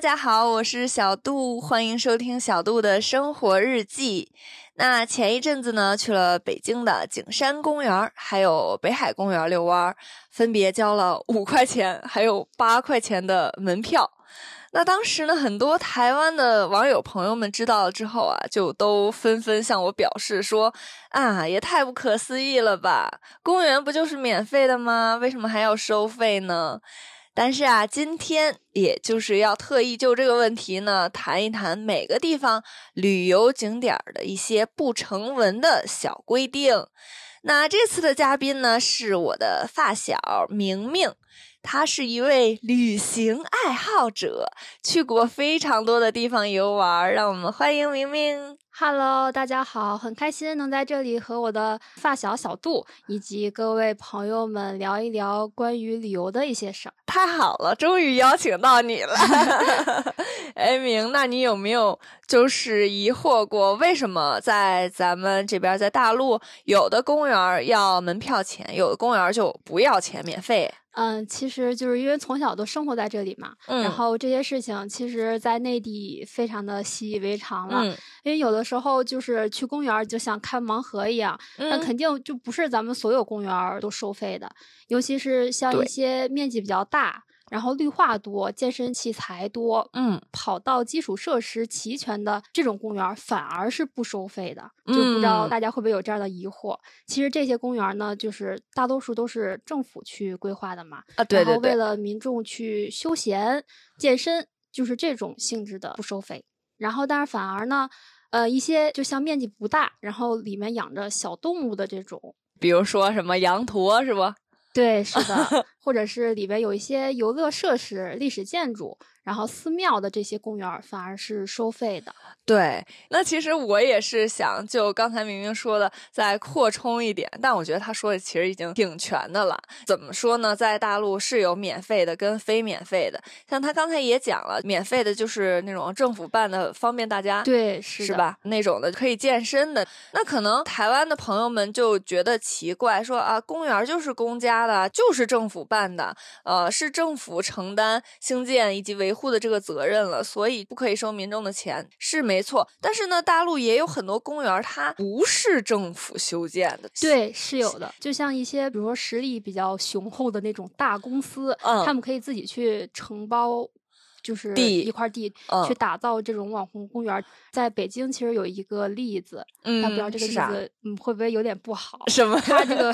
家好，我是小杜，欢迎收听小杜的生活日记。那前一阵子呢，去了北京的景山公园还有北海公园遛弯儿，分别交了五块钱还有八块钱的门票。那当时呢，很多台湾的网友朋友们知道了之后啊，就都纷纷向我表示说：“啊，也太不可思议了吧！公园不就是免费的吗？为什么还要收费呢？”但是啊，今天也就是要特意就这个问题呢，谈一谈每个地方旅游景点儿的一些不成文的小规定。那这次的嘉宾呢，是我的发小明明，他是一位旅行爱好者，去过非常多的地方游玩儿。让我们欢迎明明。 Hello，大家好，很开心能在这里和我的发小小杜以及各位朋友们聊一聊关于旅游的一些事儿。太好了，终于邀请到你了。哎，明，那你有没有就是疑惑过，为什么在咱们这边，在大陆，有的公园要门票钱，有的公园就不要钱，免费？嗯，其实就是因为从小都生活在这里嘛，嗯然后这些事情其实，在内地非常的习以为常了。嗯因为有的时候就是去公园儿，就像看盲盒一样，那嗯肯定就不是咱们所有公园儿都收费的，尤其是像对一些面积比较大，然后绿化多、健身器材多、嗯，跑道基础设施齐全的这种公园儿，反而是不收费的。就不知道嗯大家会不会有这样的疑惑？其实这些公园儿呢，就是大多数都是政府去规划的嘛，啊，对然对后为对，了民众去休闲、健身，就是这种性质的不收费。然后，但是反而呢，呃，一些就像面积不大，然后里面养着小动物的 这种，比如说什么羊驼是吧？对，是 的，或者是里边有一些游乐设施、历史建筑，然后寺庙的这些公园儿反而是收费的。对，那其实我也是想就刚才明明说的再扩充一点，但我觉得他说的其实已经挺全的了。怎么说呢？在大陆是有免费的跟非免费的，像他刚才也讲了，免费的就是那种政府办的，方便大家。。对，是是的？吧？那种的可以健身的，那可能台湾的朋友们就觉得奇怪，说啊，公园儿就是公家的，就是政府办的，呃，是政府承担兴建以及维护的这个责任了，所以不可以收民众的钱，是没错。但是呢，大陆也有很多公园儿它不是政府修建的，，对，是有的。就像一些，比如说实力比较雄厚的那种大公司，嗯他们可以自己去承包，就是地一块地，嗯去打造这种网红公园儿。在北京其实有一个例子，嗯，但不知道这个是例啥？子，嗯，会不会有点不好什么？它这个，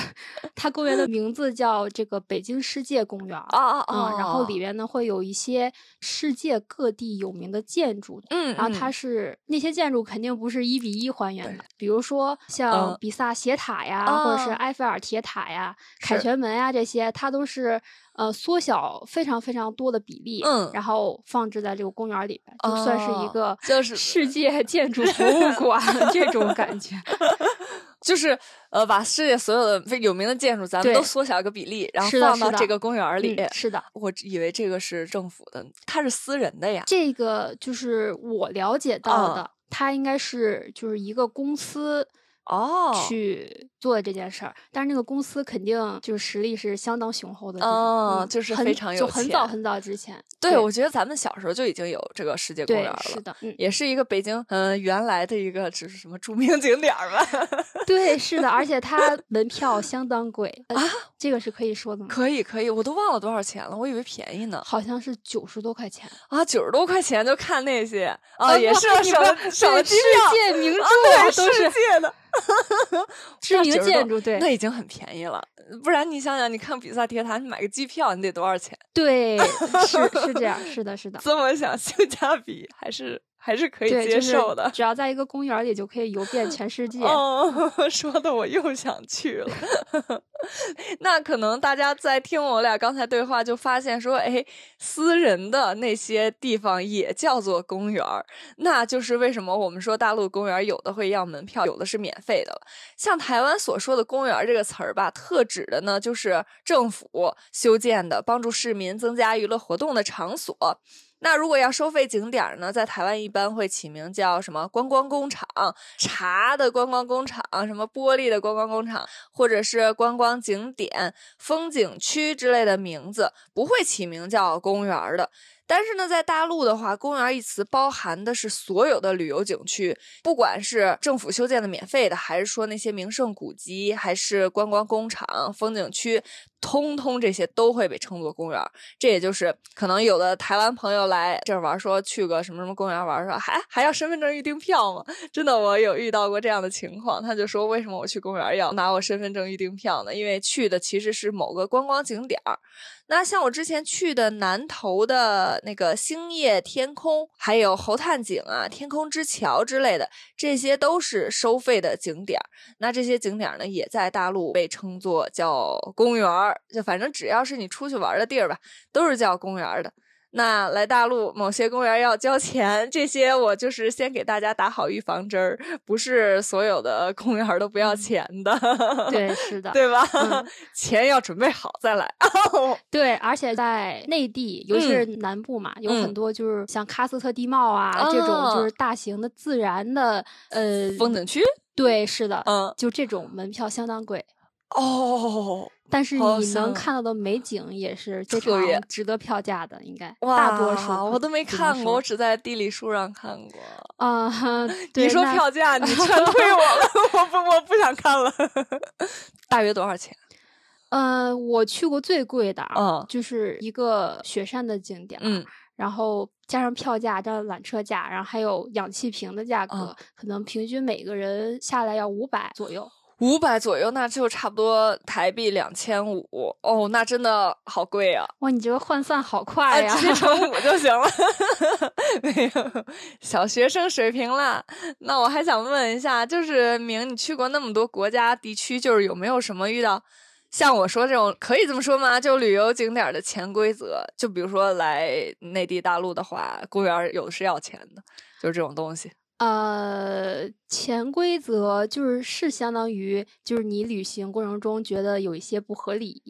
它公园的名字叫这个北京世界公园儿。哦哦哦嗯，，然后里边呢会有一些世界各地有名的建筑，嗯，嗯，然后它是那些建筑肯定不是一比一还原的，比如说像嗯比萨斜塔呀，哦或者是埃菲尔铁塔呀、凯是旋门呀这些，它都是呃缩小非常非常多的比例，嗯然后放置在这个公园里边，就算是一哦个就是世界建筑博 物馆这种感觉。就是呃，把世界所有的非有名的建筑，咱们对都缩小一个比例，然后是的放是到的这个公园儿里。嗯是的，我以为这个是政府的，它是私人的呀。这个就是我了解到嗯的，它应该是就是一个公司。哦，去做这件事儿，但是那个公司肯定就是实力是相当雄厚的，就是哦嗯就是很非常就有很早钱很早之前，对，对我觉得咱们小时候就已经有这个世界公园对了，是的， 嗯，也是一个北京嗯、呃原来的一个就是什么著名景点儿吧。 对，是的，而且它门票相当贵啊，这个是可以说的吗？可以可以，我都忘了多少钱了，我以为便宜呢。好像是九十多块钱 啊，九十多块钱就看那些啊，啊也不是要你省们了省了对机世票。界名著啊，啊对，世都是界的 知名90建多筑，对那已经很便宜了。不然你想想，你看比萨铁塔，你买个机票，你得多少钱？对，是是这 样，是的，是的，这么想，性价比还是还是可以对，接就是受的。只要在一个公园儿里就可以游遍全世界，哦， 说的我又想去了。 那可能大家在听我俩刚才对话，就发现说，哎，私人的那些地方也叫做公园儿，那就是为什么我们说大陆公园儿有的会要门票，有的是免费的了。像台湾所说的“公园”这个词儿吧，特指的呢就是政府修建的，帮助市民增加娱乐活动的场所。那如果要收费景点儿呢，在台湾一般会起名叫什么观光工厂、茶的观光工厂、什么玻璃的观光工厂，或者是观光景点、风景区之类的名字，不会起名叫公园儿的。但是呢，在大陆的话，公园一词包含的是所有的旅游景区，不管是政府修建的免费的，还是说那些名胜古迹，还是观光工厂、风景区，通通这些都会被称作公园。这也就是可能有的台湾朋友来这儿玩，说去个什么什么公园玩，说还还要身份证预订票吗？真的，我有遇到过这样的情况。他就说，为什么我去公园要拿我身份证预订票呢？因为去的其实是某个观光景点儿。那像我之前去的南投的那个星夜天空，还有侯探井啊、天空之桥之类的，这些都是收费的景点儿。那这些景点儿呢，也在大陆被称作叫公园儿，就反正只要是你出去玩儿的地儿吧，都是叫公园儿的。那来大陆某些公园儿要交钱，这些我就是先给大家打好预防针儿，不是所有的公园儿都不要钱的，对，是的，对吧？嗯钱要准备好再来。对，而且在内地，尤其是南部嘛，有嗯很多就是像喀斯特地貌啊、这种，啊就是大型的自然的，呃，风景区，对，是的，嗯，就这种门票相当贵，哦，但是好你能像看到的美景也是非特常别值得票价的，应该哇，大多数我都没只能看过，说我只在地理书上看过。啊、哈对你说那票价，你劝退我 了，我不，我不想看了。大约多少钱？呃，我去过最贵的，嗯就是一个雪山的景点，嗯，然后加上票价，加上缆车价，然后还有氧气瓶的价格，可能平均每个人下来要五百左右。五百左右，那就差不多台币两千五。哦，那真的好贵啊！哇，你这个换算 好快哎，呀！直接乘 五就行了。没有，小学生水平啦。那我还想问一下，就是明，你去过那么多国家地区，就是有没有什么遇到像我说这种可以这么说吗？就旅游景点的潜规则，就比如说来内地大陆的话，公园儿有的是要钱的，就是这种东西。呃，潜规则就是是相当于就是你旅行过程中觉得有一些不合理，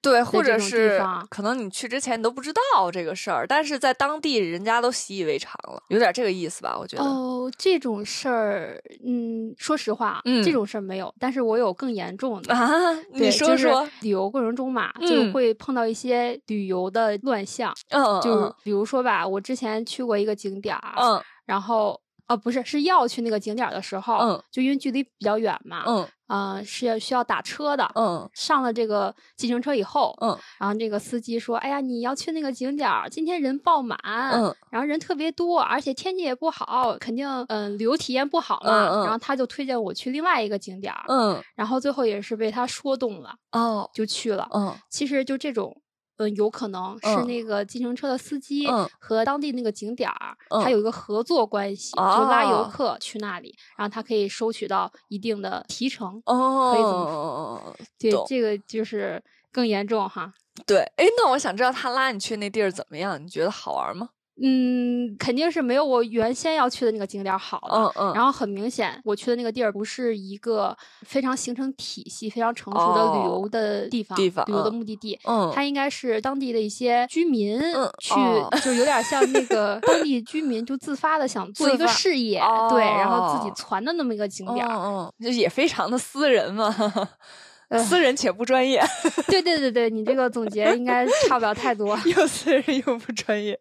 对，或这者种地是方可能你去之前你都不知道这个事儿，但是在当地人家都习以为常了，有点这个意思吧？我觉得。哦，这种事儿，嗯，说实话，嗯这种事儿没有，但是我有更严重的。啊，对你说说，就是、旅游过程中嘛，就是嗯会碰到一些旅游的乱象，嗯，就是比如说吧，我之前去过一个景点儿，嗯然后哦、不是，是要去那个景点儿的时候，嗯就因为距离比较远嘛，嗯嗯、是要需要打车的，嗯上了这个计程车以后，嗯然后这个司机说：“哎呀，你要去那个景点儿，今天人爆满，嗯然后人特别多，而且天气也不好，肯定嗯旅游体验不好嘛。嗯嗯然后他就推荐我去另外一个景点儿，嗯然后最后也是被他说动了，哦就去了。嗯其实就这种。嗯，有可能是嗯那个计程车的司机嗯和当地那个景点儿，嗯他有一个合作关系，就拉游哦客去那里，然后他可以收取到一定的提成。哦，对懂，这个就是更严重哈。对，哎，那我想知道他拉你去那地儿怎么样？你觉得好玩吗？嗯，肯定是没有我原先要去的那个景点儿好的。嗯嗯，然后很明显，我去的那个地儿不是一个非常形成体系、非常成熟的旅哦游的地方，地方旅游的嗯目的地。嗯它应该是当地的一些居民嗯去，哦就有点像那 个当地居民就自发的想做自一个发事业，对，然后自己哦攒的那么一个景点儿。嗯嗯，就也非常的私人嘛，呃私人且不专业，对对对对，你这个总结应该差不了 太多。又私人又不专业。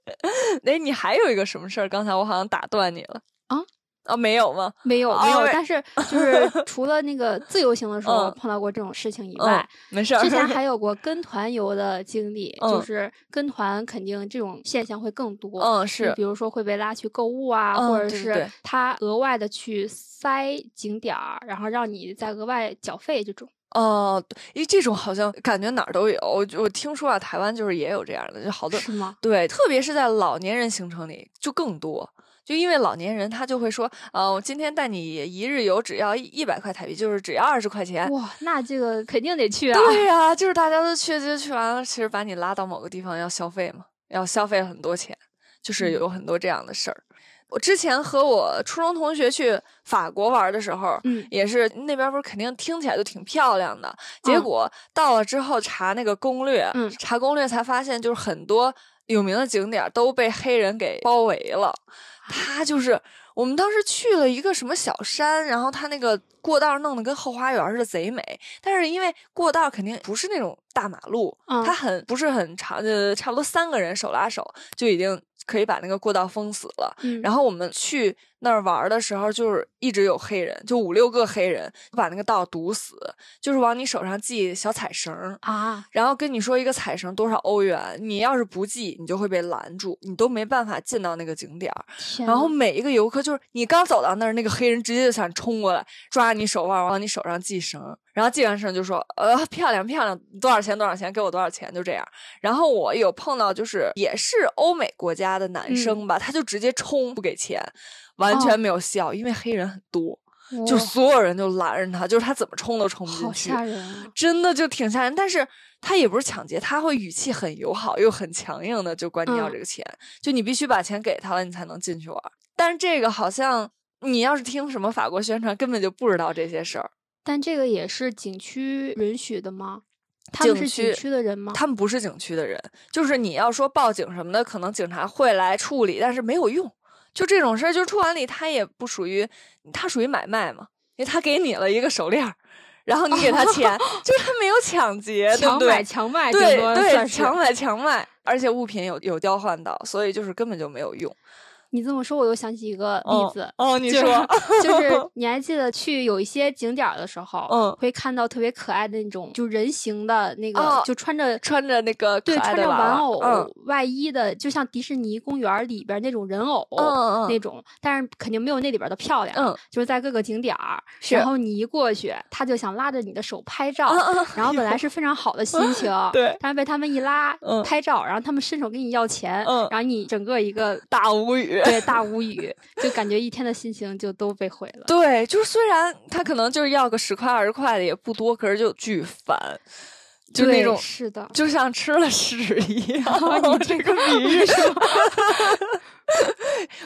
哎，你还有一个什么事儿？刚才我好像打断你了啊啊，没有吗？没有没有，哦但是就是除了那个自由行的时候嗯碰到过这种事情以外嗯，，没事儿。之 前还有过跟团游的经历，就嗯是跟团肯定这种现象会更多。嗯就是比如说会被拉去购物啊，嗯或者对对对是他额外的去塞景点儿，然后让你再额外缴费这种。哦，对因为这种好像感觉哪儿都有，我我听说啊，台湾就是也有这样的，就好多是吗？对，特别是在老年人行程里就更多，就因为老年人他就会说，呃，我今天带你一日游只要一百块台币，就是只要二十块钱。哇，那这个肯定得去啊！哎对呀、就是大家都去就去完了，其实把你拉到某个地方要消费嘛，要消费很多钱，就是有很多这样的事儿。我之前和我初中同学去法国玩的时候，嗯，也是那边不是肯定听起来就挺漂亮的，结嗯果到了之后查那个攻略，嗯查攻略才发现就是很多有名的景点都被黑人给包围了。啊他就是我们当时去了一个什么小山，然后他那个过道弄得跟后花园似的，贼美。但是因为过道肯定不是那种大马路，嗯它很不是很长，呃，差不多三个人手拉手就已经可以把那个过道封死了。嗯然后我们去那儿玩儿的时候，就是一直有黑人，就五六个黑人把那个道堵死，就是往你手上系小彩绳儿，啊，然后跟你说一个彩绳多少欧元，你要是不系，你就会被拦住，你都没办法进到那个景点儿。天然后呐每一个游客就是你刚走到那儿，那个黑人直接就想冲过来抓你手腕，往你手上系绳儿，然后系完绳就说呃漂亮漂亮，多少钱多少钱，给我多少钱，就这样。然后我有碰到就是也是欧美国家的男生吧，他就直接冲不给钱，完嗯哦全没有效，因为黑人很多，就哇所有人就拦着他，就是他怎么冲都冲不进好去。吓人啊！真的就挺吓人。但是他也不是抢劫，他会语气很友好又很强硬的就管你要嗯这个钱，就你必须把钱给他了，你才能进去玩儿。但是这个好像你要是听什么法国宣传，根本就不知道这些事儿。但这个也是景区允许的吗？他们是景景区区的人吗？他们不是景区的人，就是你要说报警什么的，可能警察会来处理，但是没有用。就这种事儿，就处完理，他也不属于，他属于买卖嘛，因为他给你了一个手链儿，然后你给他 钱，就是他没有抢劫，对不强对？买强卖，对顶多对，算是强买强 卖，而且物品有有交换到，所以就是根本就没有用。你这么说，我又想起一个例子，哦，哦你就是说，就是你还记得去有一些景点儿的时候，嗯会看到特别可爱的那种，就人形的那个，哦就穿着 穿着那个可对爱穿的着玩娃 嗯偶、娃外衣的，就像迪士尼公园儿里边儿那种人偶。嗯嗯那种，但是肯定没有那里边儿的漂亮。嗯，就是在各个景点儿，是然后你一过去，他就想拉着你的手拍照，嗯 嗯，然后本来是非常好的心情， 对但是被他们一拉、嗯拍照，然后他们伸手给你要钱，嗯然后你整个一个大啊无语。对，大无语，就感觉一天的心情就都被毁了。 对，就是虽然他可能就是要个十块二十块的也不多，可是就巨烦，就是那对种 是的，。就像吃了屎一 样你这个比喻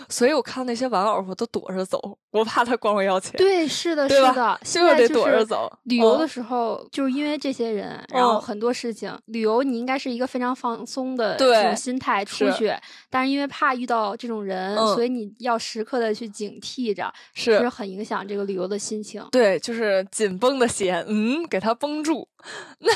所以我看到那些玩偶我都躲着走，我怕他管我要钱，对，是的，是对的吧，现就在得就躲着是走旅游嗯的时候，就是因为这些人，然后嗯很多事情，旅游你应该是一个非常放松的这对种心态出是去，但是因为怕遇到这种人，嗯所以你要时刻的去警惕着，是是很影响这个旅游的心情。对，就是紧绷的弦，嗯，给它绷住。那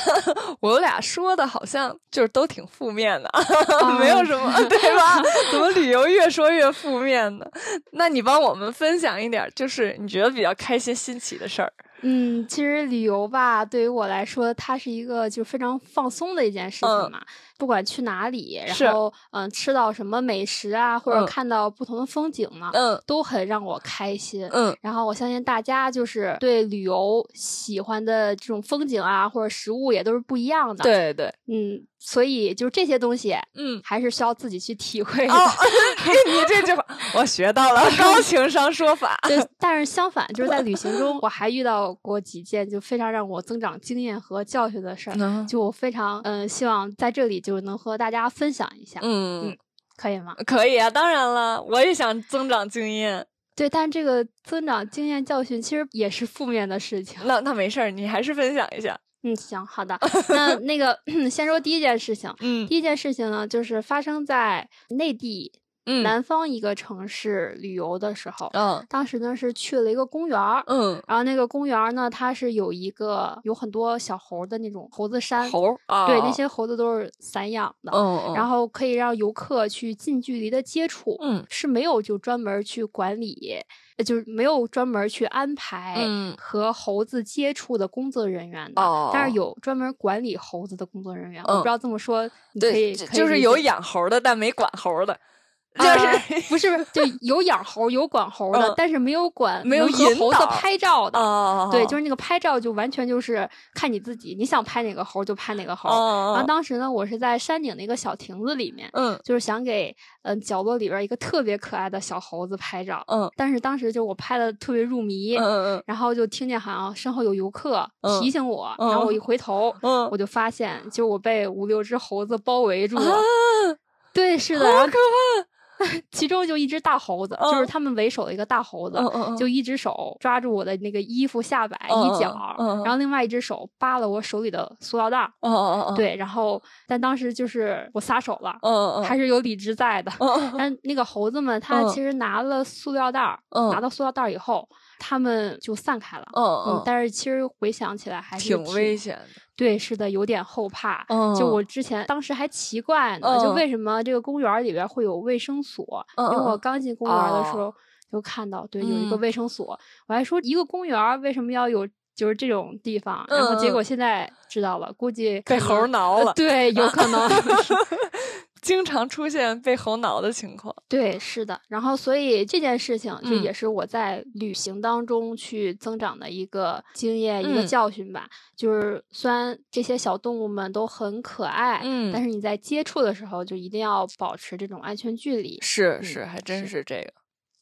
我俩说的好像就是都挺负面的， 没嗯有什么，对吧？怎么旅游越说越负面呢？那你帮我们分享一点儿，就是你觉得比较开心、新奇的事儿。嗯，其实旅游吧，对于我来说，它是一个就是非常放松的一件事情嗯嘛。不管去哪里，是然后嗯，吃到什么美食啊，或者嗯看到不同的风景呢，嗯都很让我开心。嗯然后我相信大家就是对旅游喜欢的这种风景啊，或者食物也都是不一样的。，对对，嗯，所以就是这些东西嗯。还是需要自己去体会的。哦， 你这句话我学到了，高情商说法。对，但是相反，就是在旅行 中，我还遇到过几件就非常让我增长经验和教训的事儿。嗯就我非常嗯、呃希望在这里就能和大家分享一下，嗯，可以吗？可以啊，当然了，我也想增长经验。对，但这个增长经验教训其实也是负面的事情。那那没事儿，你还是分享一下。嗯，行，好的。那那个先说第一件事情，嗯第一件事情呢，就是发生在内地嗯南方一个城市旅游的时候，嗯当时呢是去了一个公园儿。嗯，然后那个公园儿呢，它是有一个有很多小猴儿的那种猴子山，猴儿啊，对，那些猴子都是散养的，嗯，嗯，然后后可以让游客去近距离的接触，嗯是没有就专门儿去管理，呃就是没有专门儿去安排嗯和猴子接触的工作人员的，哦，但是有专门儿管理猴子的工作人员。我不嗯知道这么说，你可对，以就可以就是理有解养猴的，但没管猴的，就啊是不是不是就 有养猴有管猴的，嗯但是没有管没有能和引猴子导拍照的。哦，对，就是是那个拍照就完全就是看你自己，你想拍哪个猴就拍哪个猴。然后哦，当时呢，我是在山顶的一个小亭子里面，嗯就是想给嗯、呃角落里边一个特别可爱的小猴子拍照，嗯但是当时就我拍的特别入迷，嗯嗯然后就听见好像身后有游客嗯提醒我，然后我一回头，嗯我就发现就我被五六只猴子包围住了。啊，对，是的，然好后可怕， 其中就一只大猴子，就是他们为首的一个大猴子，嗯嗯嗯就一只手抓住我的那个衣服下摆、嗯衣角，嗯嗯嗯然后另外一只手扒了我手里的塑料袋儿，嗯嗯嗯，对，然后但当时就是我撒手了，嗯，嗯嗯，还是有理智在的。嗯 但那个猴子们，他嗯其实拿了塑料袋儿，嗯拿到塑料袋儿以后，他们就散开了。嗯嗯，但是其实回想起来还是挺危险的。对，是的，有点后怕。嗯，就我之前当时还奇怪呢，就嗯为什么这个公园儿里边会有卫生所？嗯，因为我嗯刚进公园儿的时哦候就看到，对，有一个嗯卫生所，我还说一个公园儿为什么要有就是这种地方？然后结嗯果嗯现在知道了，估计被可猴儿能挠呃了对，有 可能是，经常出现被猴挠的情况。对，是的。然后，所以这件事情就嗯也是我在旅行当中去增长的一个经验，一个嗯教训吧。就是虽然这些小动物们都很可爱，嗯但是你在接触的时候就一定要保持这种安全距离。是嗯是，还真是是这个。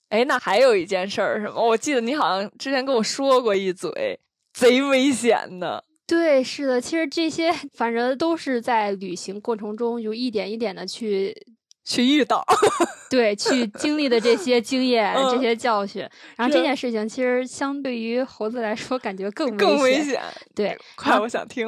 哎，那还有一件事儿是吗？我记得你好像之前跟我说过一嘴，贼危险的。对，是的，其实这些反正都是在旅行过程中就一点一点的去去遇到，对，去经历的这些经验、这嗯些教训，然后这是啊件事情其实相对于猴子来说，感觉更 更危危。险。 对，快，我想听。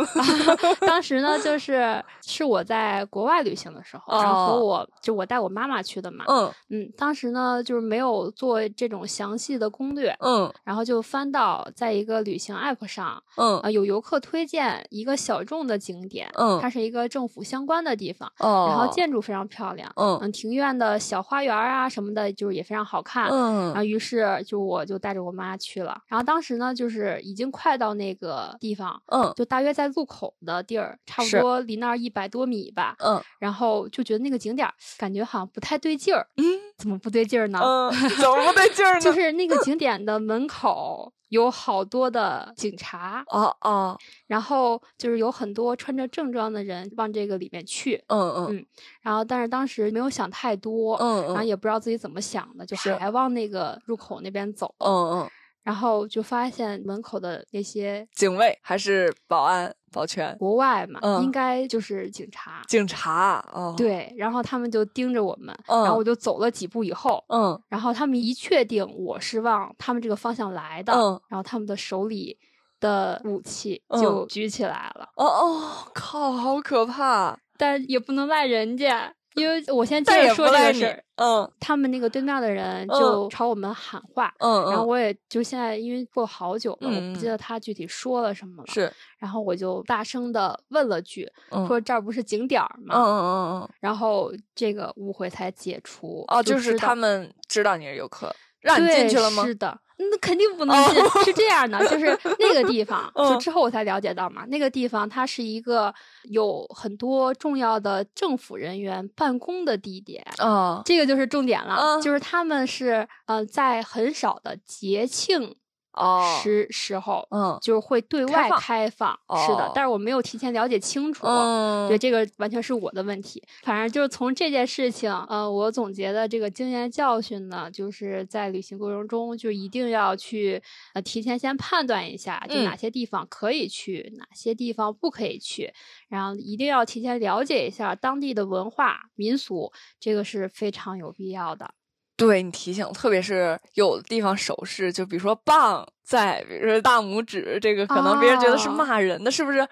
当时呢，就是是我在国外旅行的时候，然后和哦我就我带我妈妈去的嘛，嗯嗯，当时呢就是没有做这种详细的攻略，嗯然后就翻到在一个旅行 app 上，嗯啊，有游客推荐一个小众的景点，嗯它是一个政府相关的地方，哦，然后建筑非常漂亮，嗯嗯，庭院的小花园儿啊什么的，就是也非常好看。然后嗯于是就我就带着我妈去了，然后当时呢就是已经快到那个地方，嗯就大约在路口的地儿，差不是多离那儿一百多米吧。嗯然后就觉得那个景点儿感觉好像不太对劲儿，嗯怎么不对劲儿呢？嗯，怎么不对劲儿呢？就是那个景点的门口有好多的警察，哦哦，然后就是有很多穿着正装的人往这个里面去，嗯嗯然后但是当时没有想太多，嗯然后嗯也不知道自己怎么想的，就是还往那个入口那边走，嗯嗯，然后就发现门口的那些警卫还是保安保全国外嘛，嗯应该就是警察，警察哦，，对，然后他们就盯着我们，嗯然后我就走了几步以后，嗯然后他们一确定我是往他们这个方向来的，嗯然后他们的手里的武器嗯就举起来了，哦哦，靠，好可怕！但也不能赖人家，因为我先接但也不着说这赖个你事儿，，嗯他们那个对面的人嗯就朝我们喊话。嗯然后嗯，我也就现在，因为过了好久了，我不记嗯嗯得他具体说了什么了。是，然后我就大声的问了句，嗯说这儿不是景点儿嗯吗？嗯嗯嗯，然后这个误会才解除。哦，就是知道他们知道你是游客，让你进对去了吗？哦是的，那肯定不能进。是这样的， 就是那个地方，就嗯之后我才了解到嘛，那个地方它是一个有很多重要的政府人员办公的地点。哦，这个就是重点了，嗯就是他们是呃，在很少的节庆哦，时、时候，嗯就是会对开外放开放，是的哦，但是我没有提前了解清楚，嗯，对，这个完全是我的问题。反正就是从这件事情，呃，我总结的这个经验教训呢，就是在旅行过程中就一定要去呃提前先判断一下，就哪嗯些地方可以去，哪些地方不可以去，然后一定要提前了解一下当地的文化民俗，这个是非常有必要的。对你提醒，特别是有的地方手势，就比如说棒在，比如说大拇指，这个可能别人觉得是啊骂人的，是不是？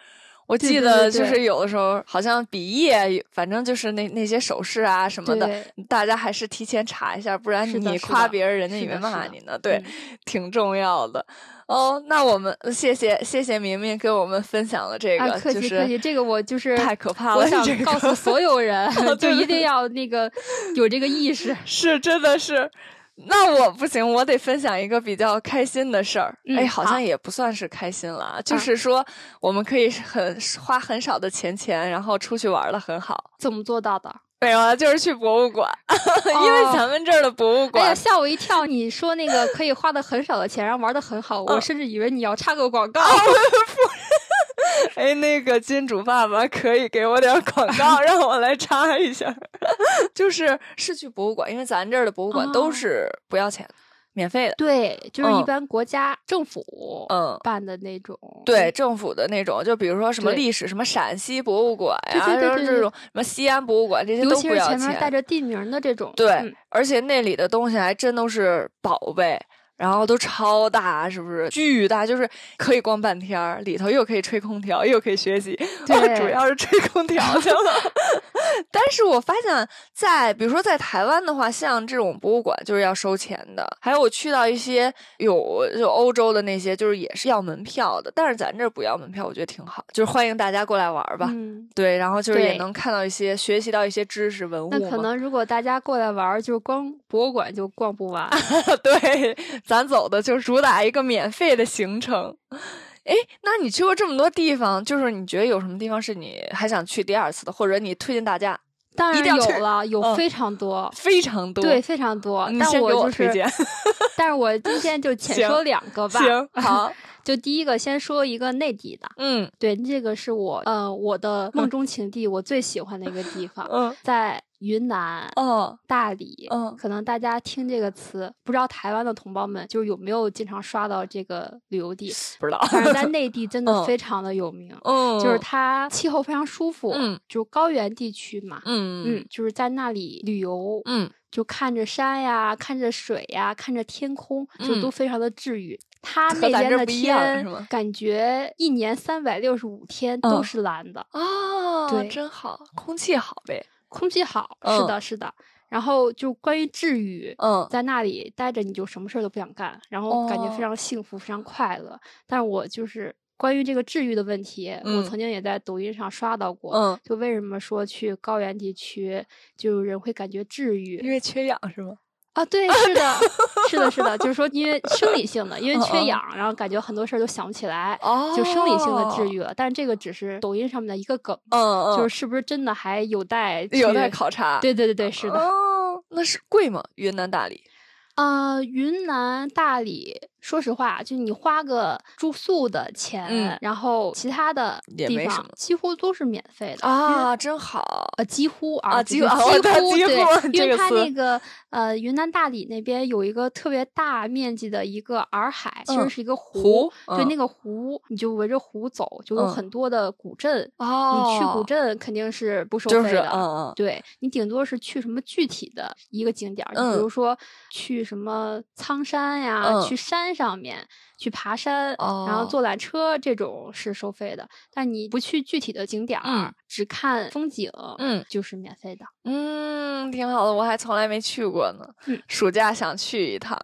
我对记对得对就对是有的时候，好像比耶，反正就是那那些手势啊什么的，对，大家还是提前查一下，不然是的你是夸的别人，人家是以为的是骂的你呢。对嗯，挺重要的。哦，那我们谢谢谢谢明明给我们分享了这啊，个，客就气是客气，这个我就是太可怕我了，想这个，告诉所有人 对就对一对定要那个有这个意识。是，真的是。那我不行，我得分享一个比较开心的事儿。嗯哎，好好像也不算是开心了啊，就啊是说我们可以很花很少的钱钱，然后出去玩的很好。怎么做到的？没有啊，就是去博物馆， 因为哦咱们这儿的博物 哎呀，馆，吓我一跳！你说那个可以花的很少的钱，然后玩的很好， 我甚至以为你要插个广告。 哎，那个金主爸爸可以给我点儿广 告，让我来插一下。就是是去博物馆，因为咱这儿的博物馆都哦是不要钱的免费的。对，就是一嗯般国家政府嗯办的那种，对政府的那种，就比如说什么嗯对历史，什么陕西博物馆呀、对对对然后对这对种什么西安博物馆，这些尤都其不是要前钱。面带着地名儿的这种，对，嗯而且那里的东西还真都是宝贝，然后都超大，是不是？巨大，就是可以逛半天儿，里头又可以吹空调，又可以学习。对主要是吹空调去了。 但是我发现在，比如说在台湾的话，像这种博物馆就是要收钱的。还有我去到一些有就欧洲的那些，就是也是要门票的，但是咱这儿不要门票，我觉得挺好，就是欢迎大家过来玩儿吧。嗯，对，然后就是也对能看到一些学习到一些知识文物嘛。那可能如果大家过来玩儿，就光博物馆就逛不 完。对，咱走的就主打一个免费的行程。哎，那你去过这么多地方，就是你觉得有什么地方是你还想去第二次的，或者你推荐大家当一然定要去有了，有嗯非常 多，非常多？对，，非常多。你但先给我我就推是荐，。 但是我今天就浅行说两个吧。行， 好，就第一个先说一个内地的，嗯对，这个是我呃我的梦中情地，我最喜欢的一个地方，嗯 在云南。哦，大理，嗯可能大家听这个词，不知道台湾的同胞们就是有没有经常刷到这个旅游地，不知道，反正在内地真的嗯非常的有名， 嗯，就是它气候非常舒服，嗯就是高原地区嘛，嗯嗯，就是在那里旅游，嗯就看着山呀，看着水呀，看着天空，就嗯都非常的治愈。它 和那咱边这的不一样是天吗感觉一年三百六十五天都嗯是蓝的，哦，对真好，空气好呗，空气好，嗯是的，是的。然后就关于治愈，嗯在那里待着你就什么事儿都不想干，然后感觉哦非常幸福，非常快乐。但是我就是关于这个治愈的问题，嗯我曾经也在抖音上刷到过。嗯，就为什么说去高原地区，就人会感觉治愈？因为缺氧是吗？啊，对，是的，是的，是的，就是说，因为生理性的，因嗯为缺嗯氧，然后感觉很多事儿都想不起来，哦，就生理性的治，愈了。但是这个只是抖音上面的一个梗，嗯嗯，就是是不是真的还有待有待去考察，对对对对，是的。哦，那是贵吗？云南大理？呃，云南大理，说实话，就你花个住宿的钱，嗯然后其他的也地没什方么几乎都是免费的。啊，真好！呃，几乎啊啊，几乎乎啊我的几乎 这对，因为个它词那个呃，云南大理那边有一个特别大面积的一个洱海，其嗯实是一个湖湖，对，嗯那个湖你就围着湖走，就有嗯很多的古镇，哦，你去古镇肯定是不收就费是的。嗯嗯对你顶多是去什么具体的一个景点儿，就比嗯如说去什么苍山呀，嗯去山上面去爬山，然后哦坐缆车这种是收费的。但你不去具体的景点儿，嗯只看风景，嗯就是免费的。嗯，挺好的，我还从来没去过呢。嗯暑假想去一趟。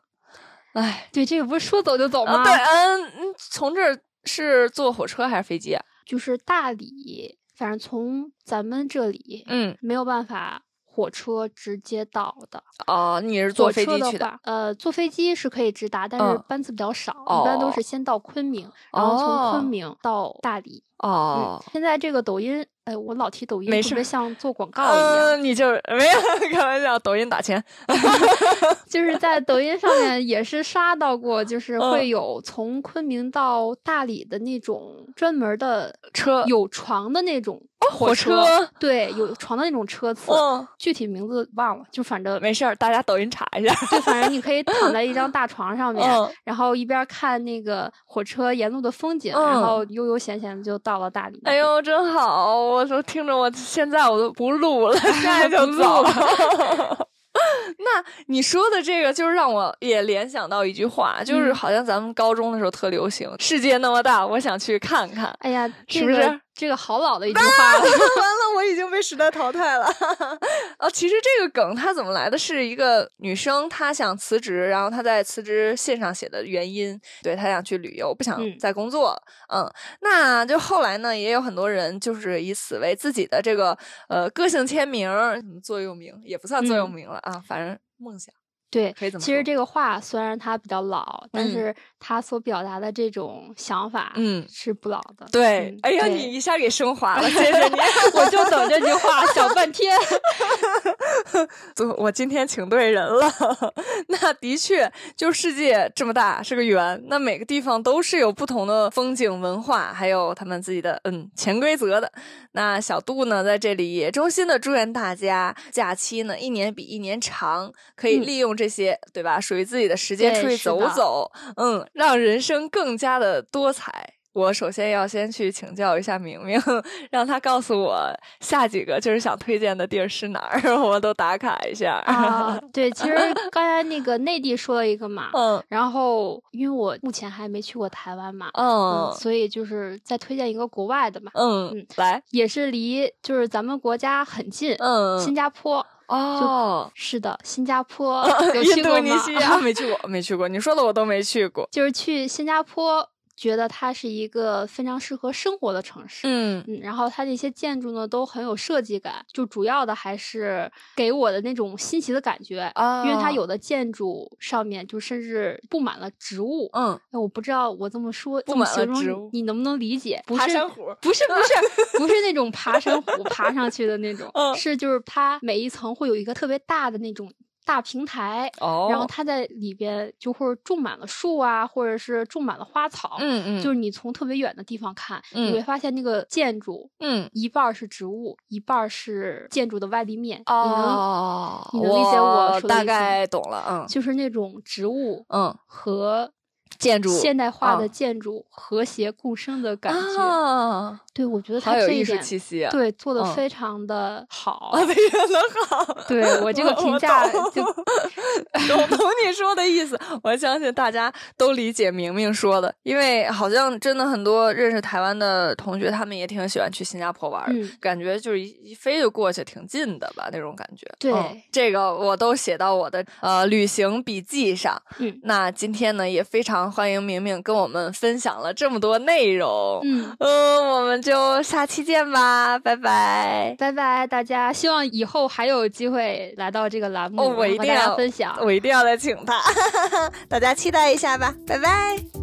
哎，对，这个不是说走就走吗？啊对，嗯，嗯从这儿是坐火车还是飞机啊？就是大理，反正从咱们这里，嗯，没有办法火车直接到的。哦，你是坐火飞车机的去话，呃，坐飞机是可以直达，但是嗯班次比较少，一般都哦是先到昆明，然后从哦昆明到大理。嗯哦，现在这个抖音，哎，我老提抖音，没特事别像做广告一样，嗯，你就是没有 开玩笑，抖音打钱。就是在抖音上面也是刷到过，就是嗯会有从昆明到大理的那种专门的车有床的那种呃哦火车，车对，有床的那种车次，嗯，具体名字忘了，就反正没事儿，大家抖音查一下。就反正你可以躺在一张大床上面，嗯然后一边看那个火车沿路的风景，然嗯后悠悠闲闲的就到了大理。哎，呦，真好！我说听着，我现在我都不录 了，现在就不录走了。 那你说的这个，就是让我也联想到一句话，就是嗯好像咱们高中的时候特流行“世界那么大，我想去看看哎呀， 是这不个是这个好老 的一句话了”。 完了，我已经被时代淘汰了。 啊，其实这个梗它怎么来的？是一个女生她想辞职，然后她在辞职信上写的原因，对她想去旅游，不想嗯再工作了。嗯那就后来呢，也有很多人就是以此为自己的这个呃个性签名儿、什么座右铭，也不算座右嗯铭了啊，反正梦想 对，可以怎么其说？实这个话虽然它比较老，但嗯是它所表达的这种想法，嗯是不老的。对嗯，哎呀，对你一下给升华 了，谢谢你。我就等这 句话想半天。我我今天请对人了， 那的确，就世界这么大是个圆，那每个地方都是有不同的风景、文化，还有他们自己的嗯潜规则的。那小杜呢，在这里也衷心的祝愿大家假期呢一年比一年长，可以嗯利用这些，对吧？属于自己的时间对出去是走的走，嗯，让人生更加的多彩。我首先要先去请教一下明 明，让他告诉我下几个就是想推荐的地儿是哪儿， 我们都打卡一下。啊，对，其实刚才那个内地说了一个嘛，嗯然后因为我目前还没去过台湾嘛，嗯，嗯所以就是再推荐一个国外的嘛，嗯嗯，来，也是离就是咱们国家很近，新嗯加坡。哦，是的，新加坡有去印过度吗？尼西亚没去过，没去过，你说的我都没去过。 就是去新加坡，觉得它是一个非常适合生活的城市。嗯嗯，然后它那些建筑呢都很有设计感，就主要的还是给我的那种新奇的感觉，啊，因为它有的建筑上面就甚至布满了植物。嗯哎，我不知道我这么说布这么满了形容植你物你能不能理解？不爬是山虎不是不 是不是那种爬山虎爬上去的那种，嗯是就是它每一层会有一个特别大的那种大平台，哦，然后它在里边就会种满了树啊，或者是种满了花草，嗯嗯就是你从特别远的地方看，嗯你会发现那个建筑嗯一半儿是植物，一半儿是建筑的外立面。你能哦，你能理解我说的大意思吗概懂了，嗯就是那种植物嗯，和建筑现代化的啊建筑和谐共生的感觉。啊，对，我觉得它好有这一艺术点气息 啊，对做嗯的非常的好。啊，非常的好。对我这个我评价懂就我懂你说的意思，我相信大家都理解明明说的，因为好像真的很多认识台湾的同学，他们也挺喜欢去新加坡玩的，嗯感觉就是一一飞就过去，挺近的吧那种感觉。对嗯这个我都写到我的呃旅行笔记上。嗯那今天呢，也非常欢迎明明跟我们分享了这么多内容。 嗯，嗯，我们就下期见吧，拜拜。拜拜大家，希望以后还有机会来到这个栏目，哦我一和定大要家分享。 我一定要再请他，大家期待一下吧，拜拜。